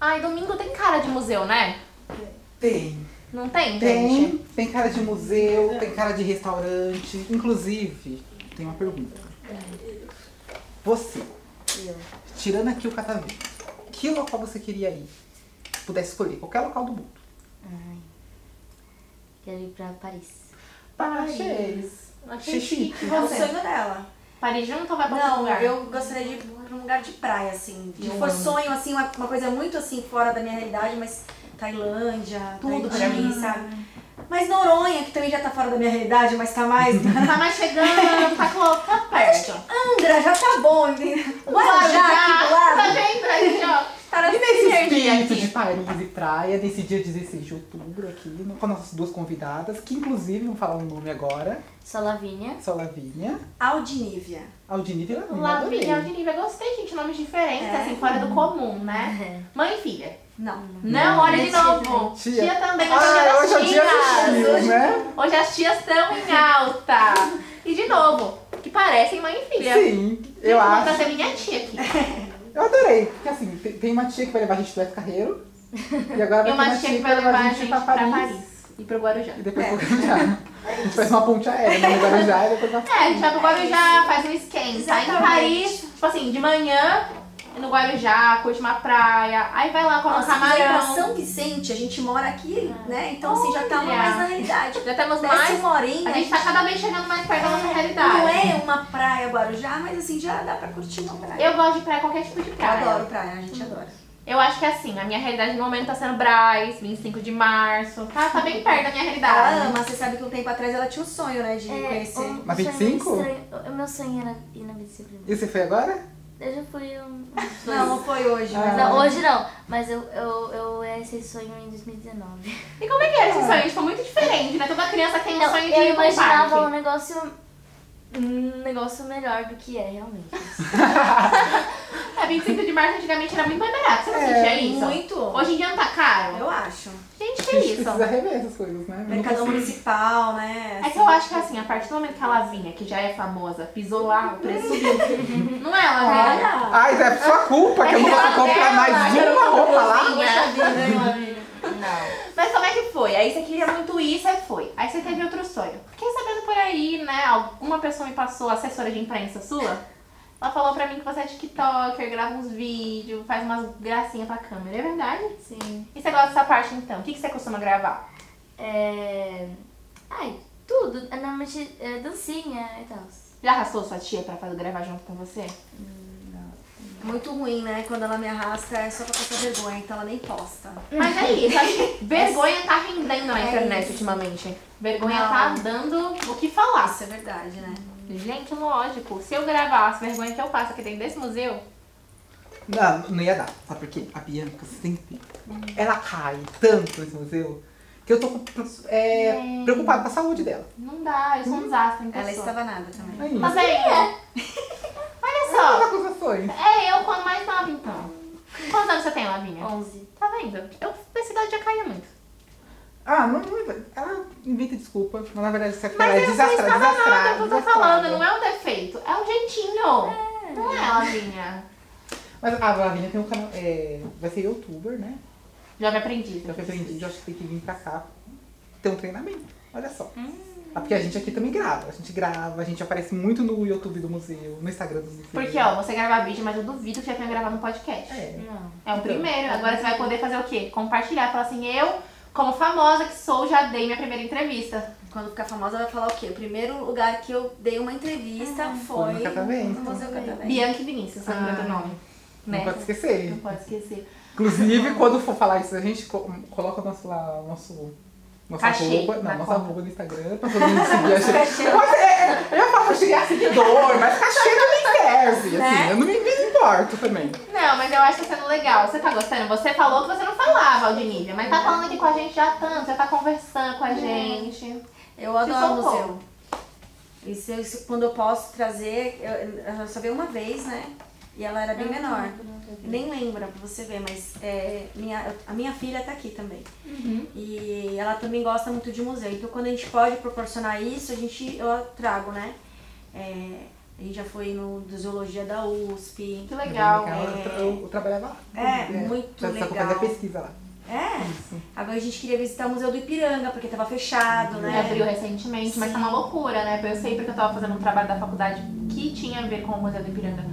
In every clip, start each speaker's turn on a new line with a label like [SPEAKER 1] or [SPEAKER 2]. [SPEAKER 1] Ai, domingo tem cara de museu, né?
[SPEAKER 2] Tem.
[SPEAKER 1] Não
[SPEAKER 3] É
[SPEAKER 1] tem,
[SPEAKER 2] Tem,
[SPEAKER 1] gente?
[SPEAKER 2] tem cara de museu, tem cara de restaurante. Inclusive, tem uma pergunta. Você, tirando aqui o catavento, que local você queria ir? Se pudesse escolher, qualquer local do mundo.
[SPEAKER 3] Ai. Quero ir pra Paris.
[SPEAKER 2] Paris.
[SPEAKER 1] Achei
[SPEAKER 2] Xixi.
[SPEAKER 1] chique.
[SPEAKER 4] É o
[SPEAKER 1] Você...
[SPEAKER 4] sonho dela.
[SPEAKER 1] Paris junto ou vai pra outro
[SPEAKER 4] Não,
[SPEAKER 1] lugar?
[SPEAKER 4] eu gostaria de ir pra um lugar de praia, assim. Se
[SPEAKER 1] Eu
[SPEAKER 4] for
[SPEAKER 1] amo.
[SPEAKER 4] sonho, assim, uma, uma coisa muito assim, fora da minha realidade, mas Tailândia,
[SPEAKER 1] Tudo
[SPEAKER 4] Tahiti,
[SPEAKER 1] pra mim.
[SPEAKER 4] sabe? Mas Noronha, que também já tá fora da minha realidade, mas tá mais.
[SPEAKER 1] Tá mais chegando, tá, com- tá perto.
[SPEAKER 4] Andra, já tá bom, entendeu? Guarujá, aqui do
[SPEAKER 1] Tá
[SPEAKER 4] lado. é.
[SPEAKER 1] vendo aí, ó? Tá na
[SPEAKER 2] E nesse
[SPEAKER 1] sinergia
[SPEAKER 2] espírito de
[SPEAKER 1] aqui.
[SPEAKER 2] Paris e praia, nesse dia 16 de outubro aqui, com as nossas duas convidadas, que inclusive vão falar o nome agora,
[SPEAKER 3] Sou Lavínia.
[SPEAKER 2] são Lavínia,
[SPEAKER 4] Aldinívia.
[SPEAKER 2] Aldinive e Lavínia. adorei.
[SPEAKER 1] Lavínia, Aldiniva, eu gostei, gente. Nomes diferentes,
[SPEAKER 4] É. Uhum.
[SPEAKER 1] assim, fora do comum, né?
[SPEAKER 3] É.
[SPEAKER 1] Mãe e filha.
[SPEAKER 4] Não.
[SPEAKER 1] Não, olha de
[SPEAKER 3] Tia
[SPEAKER 1] novo.
[SPEAKER 2] Tia.
[SPEAKER 1] Tia, também, hoje é
[SPEAKER 2] Ah,
[SPEAKER 1] das
[SPEAKER 2] hoje é o dia dos
[SPEAKER 1] tias.
[SPEAKER 2] tios, né?
[SPEAKER 1] Hoje as tias estão em alta. E de novo, que parecem mãe e filha.
[SPEAKER 2] Sim, eu
[SPEAKER 1] Vou
[SPEAKER 2] acho.
[SPEAKER 1] trazer minha tia aqui.
[SPEAKER 2] Eu adorei, porque assim, te- tem uma tia que vai levar a gente do Beto Carreiro. E agora vai
[SPEAKER 1] E uma
[SPEAKER 2] ter
[SPEAKER 1] tia que vai levar a gente pra Paris. É.
[SPEAKER 2] Paris.
[SPEAKER 1] E pro Guarujá.
[SPEAKER 2] E depois pro Guarujá. A gente faz uma ponte aérea no Guarujá e depois vai.
[SPEAKER 1] É, a gente vai pro Guarujá, faz um esquenta. Sai em
[SPEAKER 4] Exatamente.
[SPEAKER 1] Paris, tipo assim, de manhã, no Guarujá, curte uma praia. Aí vai lá, come um
[SPEAKER 4] Nossa, mas pra
[SPEAKER 1] camarão. Ah.
[SPEAKER 4] São Vicente, a gente mora aqui, né? Então, assim, já tá
[SPEAKER 1] Olha.
[SPEAKER 4] mais na realidade.
[SPEAKER 1] Já temos
[SPEAKER 4] Desce
[SPEAKER 1] mais.
[SPEAKER 4] uma horinha.
[SPEAKER 1] A gente tá cada vez chegando mais perto da nossa
[SPEAKER 4] Não
[SPEAKER 1] realidade.
[SPEAKER 4] é uma praia Guarujá, mas assim, já dá pra curtir uma praia.
[SPEAKER 1] Eu Hum. gosto de praia, qualquer tipo de
[SPEAKER 4] Eu
[SPEAKER 1] praia.
[SPEAKER 4] adoro praia, a gente adora.
[SPEAKER 1] Eu acho que assim, a minha realidade no momento tá sendo Braz, 25 de março. Tá, tá bem perto da minha realidade.
[SPEAKER 4] Ela ama, você sabe que um tempo atrás ela tinha um sonho, né, de
[SPEAKER 1] É,
[SPEAKER 4] conhecer.
[SPEAKER 3] um
[SPEAKER 2] Mas
[SPEAKER 3] sonho
[SPEAKER 2] 25?
[SPEAKER 3] estranho- O meu sonho era ir na bicicleta.
[SPEAKER 2] E você foi agora?
[SPEAKER 3] Eu já fui um.
[SPEAKER 4] Não, não foi hoje,
[SPEAKER 2] Ah.
[SPEAKER 4] mas
[SPEAKER 3] Não, hoje não, mas eu, eu, eu era esse sonho em 2019.
[SPEAKER 1] E como é que era
[SPEAKER 4] Ah.
[SPEAKER 1] esse sonho? Tipo, muito diferente, né? Toda criança tem um
[SPEAKER 3] Não,
[SPEAKER 1] sonho de ir
[SPEAKER 3] eu
[SPEAKER 1] pra um
[SPEAKER 3] imaginava um
[SPEAKER 1] parque.
[SPEAKER 3] negócio. Um negócio melhor do que é, realmente.
[SPEAKER 1] É, 25 de março antigamente era muito mais barato. Você não
[SPEAKER 2] É,
[SPEAKER 1] sentia isso?
[SPEAKER 4] muito.
[SPEAKER 1] Hoje em dia não tá caro?
[SPEAKER 4] Eu acho.
[SPEAKER 1] Gente,
[SPEAKER 2] A
[SPEAKER 1] que
[SPEAKER 2] gente
[SPEAKER 1] isso?
[SPEAKER 2] precisa rever essas coisas, né?
[SPEAKER 4] Mercadão municipal, né?
[SPEAKER 1] É que eu acho que assim, a partir do momento que a Lavinha, que já é famosa, pisou lá, o preço subiu. não Uhum. é, Lavinha?
[SPEAKER 4] Olha!
[SPEAKER 2] Ai, é por sua culpa que eu não
[SPEAKER 1] É
[SPEAKER 2] posso comprar mais uma roupa lá.
[SPEAKER 1] Poxa
[SPEAKER 3] Não.
[SPEAKER 1] Mas como é que foi? Aí você queria muito isso, aí foi. Aí você teve outro sonho. Fiquei sabendo por aí, né? Alguma pessoa me passou, assessora de imprensa sua. Ela falou pra mim que você é TikToker, grava uns vídeos, faz umas gracinhas pra câmera. É verdade?
[SPEAKER 3] Sim.
[SPEAKER 1] E você gosta dessa parte então? O que que você costuma gravar?
[SPEAKER 3] É. Ai, tudo. Normalmente é, dancinha e tal.
[SPEAKER 1] Já arrastou sua tia pra fazer gravar junto com você?
[SPEAKER 4] Muito ruim, né? Quando ela me arrasta é só pra passar vergonha, então ela nem posta.
[SPEAKER 1] Mas é isso, acho que vergonha tá rendendo na
[SPEAKER 4] É
[SPEAKER 1] internet
[SPEAKER 4] isso.
[SPEAKER 1] ultimamente. Vergonha
[SPEAKER 4] Não.
[SPEAKER 1] tá dando o que falar.
[SPEAKER 4] Isso é verdade, né?
[SPEAKER 1] Gente, é lógico, se eu gravasse a vergonha que eu passo aqui dentro desse museu,
[SPEAKER 2] Não, não ia dar. Sabe por quê? A Bianca sempre. Ela cai tanto nesse museu que eu tô é, preocupada com a saúde dela.
[SPEAKER 1] não dá, eu sou um desastre em
[SPEAKER 4] Hum? Ela
[SPEAKER 1] pessoa.
[SPEAKER 4] estava nada também.
[SPEAKER 2] É isso.
[SPEAKER 1] Mas é eu. Olha só,
[SPEAKER 2] Essas acusações.
[SPEAKER 4] Hum.
[SPEAKER 1] é eu quando mais nova então. Quantos anos você tem, Lavinha?
[SPEAKER 3] 11.
[SPEAKER 1] Tá vendo? Eu, essa idade já caía muito.
[SPEAKER 2] Ah, não, não- ela inventa desculpa, mas na verdade isso é porque
[SPEAKER 1] Mas
[SPEAKER 2] ela é
[SPEAKER 1] eu não sou
[SPEAKER 2] desastrada,
[SPEAKER 1] escrava nada,
[SPEAKER 2] desastrada,
[SPEAKER 1] eu tô falando, não é um defeito, é um jeitinho. Não é, Lavinha?
[SPEAKER 2] Mas a Lavínia tem um canal, é, vai ser youtuber, né?
[SPEAKER 1] Jovem aprendiz.
[SPEAKER 2] Eu que aprendi, eu acho que tem que vir pra cá ter um treinamento, olha só.
[SPEAKER 1] Hum.
[SPEAKER 2] Ah, Porque a gente aqui também grava, a gente grava, a gente aparece muito no YouTube do museu, no Instagram do museu.
[SPEAKER 1] Porque, ó, você gravar vídeo, mas eu duvido que já tenha gravado no podcast.
[SPEAKER 2] É.
[SPEAKER 3] Não.
[SPEAKER 1] É
[SPEAKER 4] Então,
[SPEAKER 1] o primeiro. Agora você vai poder fazer o quê? Compartilhar. Falar assim, eu, como famosa que sou, já dei minha primeira entrevista.
[SPEAKER 4] Quando ficar famosa, vai falar o quê? O primeiro lugar que eu dei uma
[SPEAKER 1] Ah.
[SPEAKER 4] entrevista foi
[SPEAKER 2] no Catavento.
[SPEAKER 4] no Museu Catavento.
[SPEAKER 1] Bianca e Vinícius, lembra
[SPEAKER 4] Ah,
[SPEAKER 1] do nome.
[SPEAKER 2] Não
[SPEAKER 1] Né?
[SPEAKER 2] pode esquecer.
[SPEAKER 1] Não pode esquecer.
[SPEAKER 2] Inclusive, quando for falar isso, a gente co- coloca o nosso, lá, o nosso, nossa
[SPEAKER 1] Cachê
[SPEAKER 2] roupa,
[SPEAKER 1] na
[SPEAKER 2] não, nossa
[SPEAKER 1] conta.
[SPEAKER 2] roupa no Instagram, pra todo mundo seguir a gente. Mas é, é, eu ia falar pra chegar seguidor, mas cachê também serve, assim,
[SPEAKER 4] Né?
[SPEAKER 2] eu não me, me importo também.
[SPEAKER 1] Não, mas eu acho que tá sendo legal. Você tá gostando? Você falou que você não falava, Aldinívia, mas tá falando aqui com a gente já tanto, já tá conversando com
[SPEAKER 4] É.
[SPEAKER 1] a gente.
[SPEAKER 4] Eu
[SPEAKER 1] Se
[SPEAKER 4] adoro
[SPEAKER 1] soltou.
[SPEAKER 4] museu. E se eu- se- quando eu posso trazer, eu, eu só veio uma vez, né? E ela era bem
[SPEAKER 3] Eu não
[SPEAKER 4] menor.
[SPEAKER 3] lembro, não, eu vi.
[SPEAKER 4] Nem lembra pra você ver, mas é, minha, a minha filha tá aqui também.
[SPEAKER 3] Uhum.
[SPEAKER 4] E ela também gosta muito de museu. Então quando a gente pode proporcionar isso, a gente, eu trago, né? É, a gente já foi no do Zoologia da USP.
[SPEAKER 1] Que legal.
[SPEAKER 2] Era bem legal, Então, eu, tra- eu- eu trabalhava lá.
[SPEAKER 4] É, muito
[SPEAKER 2] só, Só que eu
[SPEAKER 4] legal.
[SPEAKER 2] fazia pesquisa lá.
[SPEAKER 4] É. Agora a gente queria visitar o Museu do Ipiranga, porque tava
[SPEAKER 3] Uhum.
[SPEAKER 4] fechado,
[SPEAKER 1] Ele
[SPEAKER 4] né?
[SPEAKER 1] abriu recentemente, mas tá uma loucura, né? Eu sei porque eu tava fazendo um trabalho da faculdade que tinha a ver com o Museu do Ipiranga.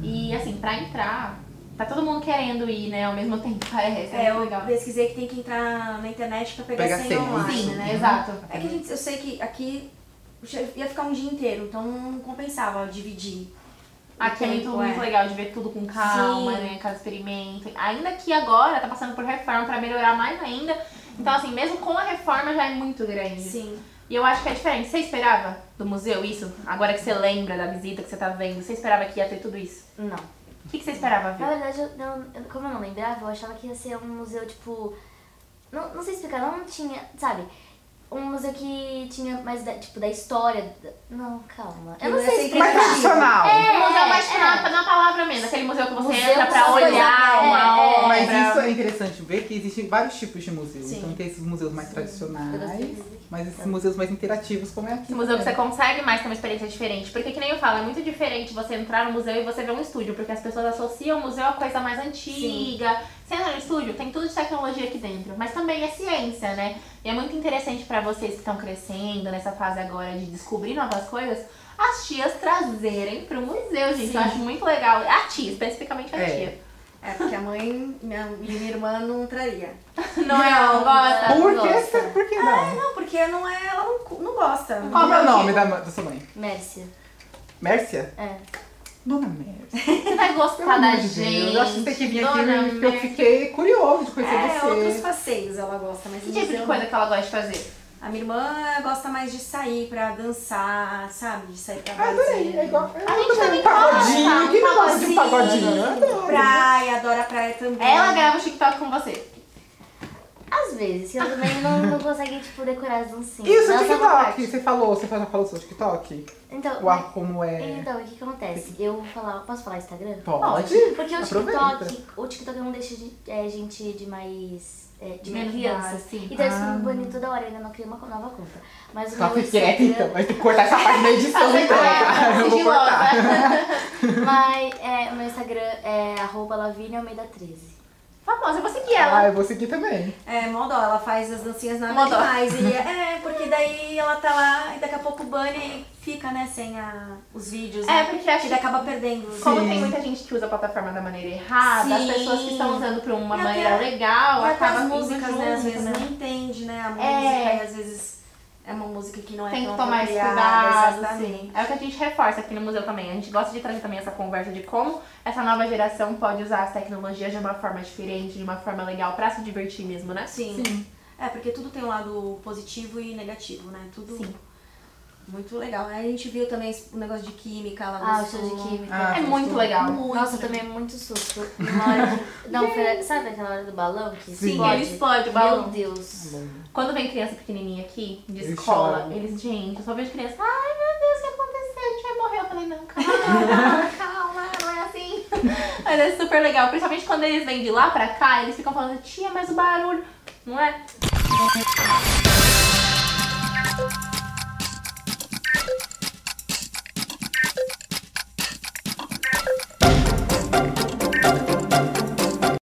[SPEAKER 1] E assim, pra entrar, tá todo mundo querendo ir, né? Ao mesmo tempo, parece. É,
[SPEAKER 4] É,
[SPEAKER 1] muito
[SPEAKER 4] eu
[SPEAKER 1] legal.
[SPEAKER 4] pesquisei que tem que entrar na internet pra pegar
[SPEAKER 2] Pega
[SPEAKER 4] senha
[SPEAKER 2] senha,
[SPEAKER 4] online,
[SPEAKER 1] Sim,
[SPEAKER 4] né?
[SPEAKER 1] exato.
[SPEAKER 4] É que a gente, eu sei que aqui já ia ficar um dia inteiro, então não compensava dividir.
[SPEAKER 1] Aqui é muito,
[SPEAKER 4] Tempo,
[SPEAKER 1] muito legal de ver tudo com calma,
[SPEAKER 4] Sim.
[SPEAKER 1] né? Cada experimento. Ainda que agora tá passando por reforma pra melhorar mais ainda. Então, assim, mesmo com a reforma já é muito grande.
[SPEAKER 4] Sim.
[SPEAKER 1] E eu acho que é diferente. Você esperava do museu isso? Agora que você lembra da visita que você tá vendo, você esperava que ia ter tudo isso?
[SPEAKER 4] Não.
[SPEAKER 1] O que, que você esperava ver?
[SPEAKER 3] Na verdade, eu não- eu- como eu não lembrava, eu achava que ia ser um museu, tipo. Não, não sei explicar, não tinha. Sabe? Um museu que tinha mais, da, tipo, da história. da- Não, calma. Eu
[SPEAKER 4] Que
[SPEAKER 3] não
[SPEAKER 4] não ia
[SPEAKER 3] sei
[SPEAKER 4] ser
[SPEAKER 3] explicar.
[SPEAKER 2] Mas profissional.
[SPEAKER 1] É, um museu mais
[SPEAKER 3] é.
[SPEAKER 1] pra pra dar uma palavra mesmo. Aquele museu que você
[SPEAKER 3] Museu
[SPEAKER 1] entra
[SPEAKER 3] com
[SPEAKER 1] pra
[SPEAKER 3] coisa,
[SPEAKER 1] olhar
[SPEAKER 3] é,
[SPEAKER 1] uma
[SPEAKER 3] é.
[SPEAKER 1] obra.
[SPEAKER 2] Mas isso é interessante ver que existem vários tipos de museus.
[SPEAKER 4] Sim.
[SPEAKER 2] Então tem esses museus mais tradicionais,
[SPEAKER 3] Sim.
[SPEAKER 2] mas esses museus mais interativos, como é aqui.
[SPEAKER 1] Esse museu que você consegue mais ter uma experiência diferente. Porque que nem eu falo, é muito diferente você entrar no museu e você ver um estúdio. Porque as pessoas associam o museu a coisa mais antiga. Você entra no estúdio, tem tudo de tecnologia aqui dentro. Mas também é ciência, né? E é muito interessante pra vocês que estão crescendo nessa fase agora de descobrir novas coisas. As tias trazerem pro museu, gente.
[SPEAKER 4] Sim.
[SPEAKER 1] Eu acho muito legal. A tia, especificamente a
[SPEAKER 2] É.
[SPEAKER 1] tia.
[SPEAKER 4] É, porque a mãe minha, e minha irmã não traria.
[SPEAKER 1] Não, é? não gosta.
[SPEAKER 2] Por que,
[SPEAKER 3] Gosta.
[SPEAKER 2] você- por que não?
[SPEAKER 4] Não, porque não é, ela não, cu- não gosta.
[SPEAKER 1] Qual
[SPEAKER 2] Qual é o
[SPEAKER 1] é o
[SPEAKER 2] nome da, ma- da sua mãe?
[SPEAKER 3] Mércia.
[SPEAKER 2] Mércia?
[SPEAKER 3] É.
[SPEAKER 2] Dona Mércia.
[SPEAKER 1] Você vai
[SPEAKER 2] Pelo
[SPEAKER 1] gostar da
[SPEAKER 2] amor de
[SPEAKER 1] Tá gente.
[SPEAKER 2] Deus, eu acho que você tem que vir
[SPEAKER 1] Dona
[SPEAKER 2] aqui porque eu
[SPEAKER 1] Mer-
[SPEAKER 2] fiquei curioso de conhecer
[SPEAKER 4] É,
[SPEAKER 2] você.
[SPEAKER 4] outros passeios ela gosta, mas
[SPEAKER 1] Que
[SPEAKER 4] no
[SPEAKER 1] tipo de
[SPEAKER 4] museu
[SPEAKER 1] coisa que ela gosta de fazer?
[SPEAKER 4] não. A minha irmã gosta mais de sair pra dançar, sabe? De sair pra
[SPEAKER 2] Ah, adorei. É
[SPEAKER 4] barzinho.
[SPEAKER 2] igual.
[SPEAKER 1] A gente também
[SPEAKER 2] um pagodinho.
[SPEAKER 1] gosta,
[SPEAKER 2] Quem
[SPEAKER 1] um
[SPEAKER 2] não gosta de um
[SPEAKER 1] pagodinho,
[SPEAKER 2] pagodinho? Eu adoro.
[SPEAKER 4] Praia, adora praia também.
[SPEAKER 1] Ela grava o TikTok com você.
[SPEAKER 3] Às vezes, que eu também não, não consegue, tipo, decorar as dancinhas.
[SPEAKER 2] Isso,
[SPEAKER 3] Ela só
[SPEAKER 2] TikTok.
[SPEAKER 3] comparte.
[SPEAKER 2] Você falou, você já falou sobre TikTok?
[SPEAKER 3] Então,
[SPEAKER 2] O ar como é.
[SPEAKER 3] então, o que que acontece? Eu vou falar. Posso falar Instagram?
[SPEAKER 2] Pode.
[SPEAKER 3] Porque o
[SPEAKER 2] Aproveita.
[SPEAKER 3] TikTok, o TikTok não deixa de, é, gente de mais. é, de mais
[SPEAKER 1] Menos
[SPEAKER 3] criança.
[SPEAKER 1] idade, sim.
[SPEAKER 3] Então eles
[SPEAKER 2] Ah.
[SPEAKER 3] ficam banindo toda hora, ainda não criei uma co- nova conta. Mas o
[SPEAKER 2] Só
[SPEAKER 3] meu
[SPEAKER 2] fui quieta então,
[SPEAKER 3] Instagram.
[SPEAKER 2] mas tem que cortar essa parte da edição então.
[SPEAKER 1] Ah,
[SPEAKER 2] Eu vou
[SPEAKER 1] sigilosa.
[SPEAKER 2] cortar. então.
[SPEAKER 3] Mas é, o meu Instagram é arroba Lavínia Almeida 13.
[SPEAKER 1] Famosa, você que
[SPEAKER 2] Ah,
[SPEAKER 1] ela.
[SPEAKER 2] eu vou seguir também.
[SPEAKER 4] É, mó dó, ela faz as dancinhas nada
[SPEAKER 1] Mó dó.
[SPEAKER 4] demais. E é, é, porque daí ela tá lá e daqui a pouco o Bunny fica, né, sem a, os vídeos.
[SPEAKER 1] É,
[SPEAKER 4] né?
[SPEAKER 1] porque acho
[SPEAKER 4] E
[SPEAKER 1] que
[SPEAKER 4] daí acaba perdendo. os
[SPEAKER 1] como
[SPEAKER 2] Sim.
[SPEAKER 1] tem muita gente que usa a plataforma da maneira errada,
[SPEAKER 4] Sim.
[SPEAKER 1] as pessoas que estão usando pra uma
[SPEAKER 4] E até
[SPEAKER 1] maneira legal,
[SPEAKER 4] Vai com
[SPEAKER 1] acaba
[SPEAKER 4] as
[SPEAKER 1] indo
[SPEAKER 4] músicas, né?
[SPEAKER 1] junto,
[SPEAKER 4] Às vezes
[SPEAKER 1] né?
[SPEAKER 4] não entende, né? A música,
[SPEAKER 1] É.
[SPEAKER 4] e às vezes é uma música que não é
[SPEAKER 1] Tem que
[SPEAKER 4] tão
[SPEAKER 1] tomar esse
[SPEAKER 4] apropriada,
[SPEAKER 1] cuidado,
[SPEAKER 4] exatamente.
[SPEAKER 1] assim. É o que a gente reforça aqui no museu também. A gente gosta de trazer também essa conversa de como essa nova geração pode usar as tecnologias de uma forma diferente, de uma forma legal, pra se divertir mesmo, né?
[SPEAKER 4] Sim. É, porque tudo tem um lado positivo e negativo, né? Tudo
[SPEAKER 1] Sim.
[SPEAKER 4] muito legal. Aí a gente viu também o negócio de química lá no
[SPEAKER 3] Ah, o
[SPEAKER 4] sul.
[SPEAKER 3] show de química.
[SPEAKER 2] Ah,
[SPEAKER 1] É muito legal.
[SPEAKER 4] Muito.
[SPEAKER 3] Nossa, eu tomei muito susto. Na hora que- Não, foi, sabe aquela hora do balão que
[SPEAKER 1] Sim,
[SPEAKER 3] explode?
[SPEAKER 1] ele explode o balão.
[SPEAKER 3] Meu Deus.
[SPEAKER 1] Quando vem criança pequenininha aqui, de
[SPEAKER 2] Eles
[SPEAKER 1] escola,
[SPEAKER 2] choram.
[SPEAKER 1] eles, gente, eu só vejo criança, ai meu Deus, o que aconteceu? A gente vai morrer. Eu falei, não, calma, calma, não é assim. Mas é super legal, principalmente quando eles vêm de lá pra cá, eles ficam falando, tia, mas o barulho, não é?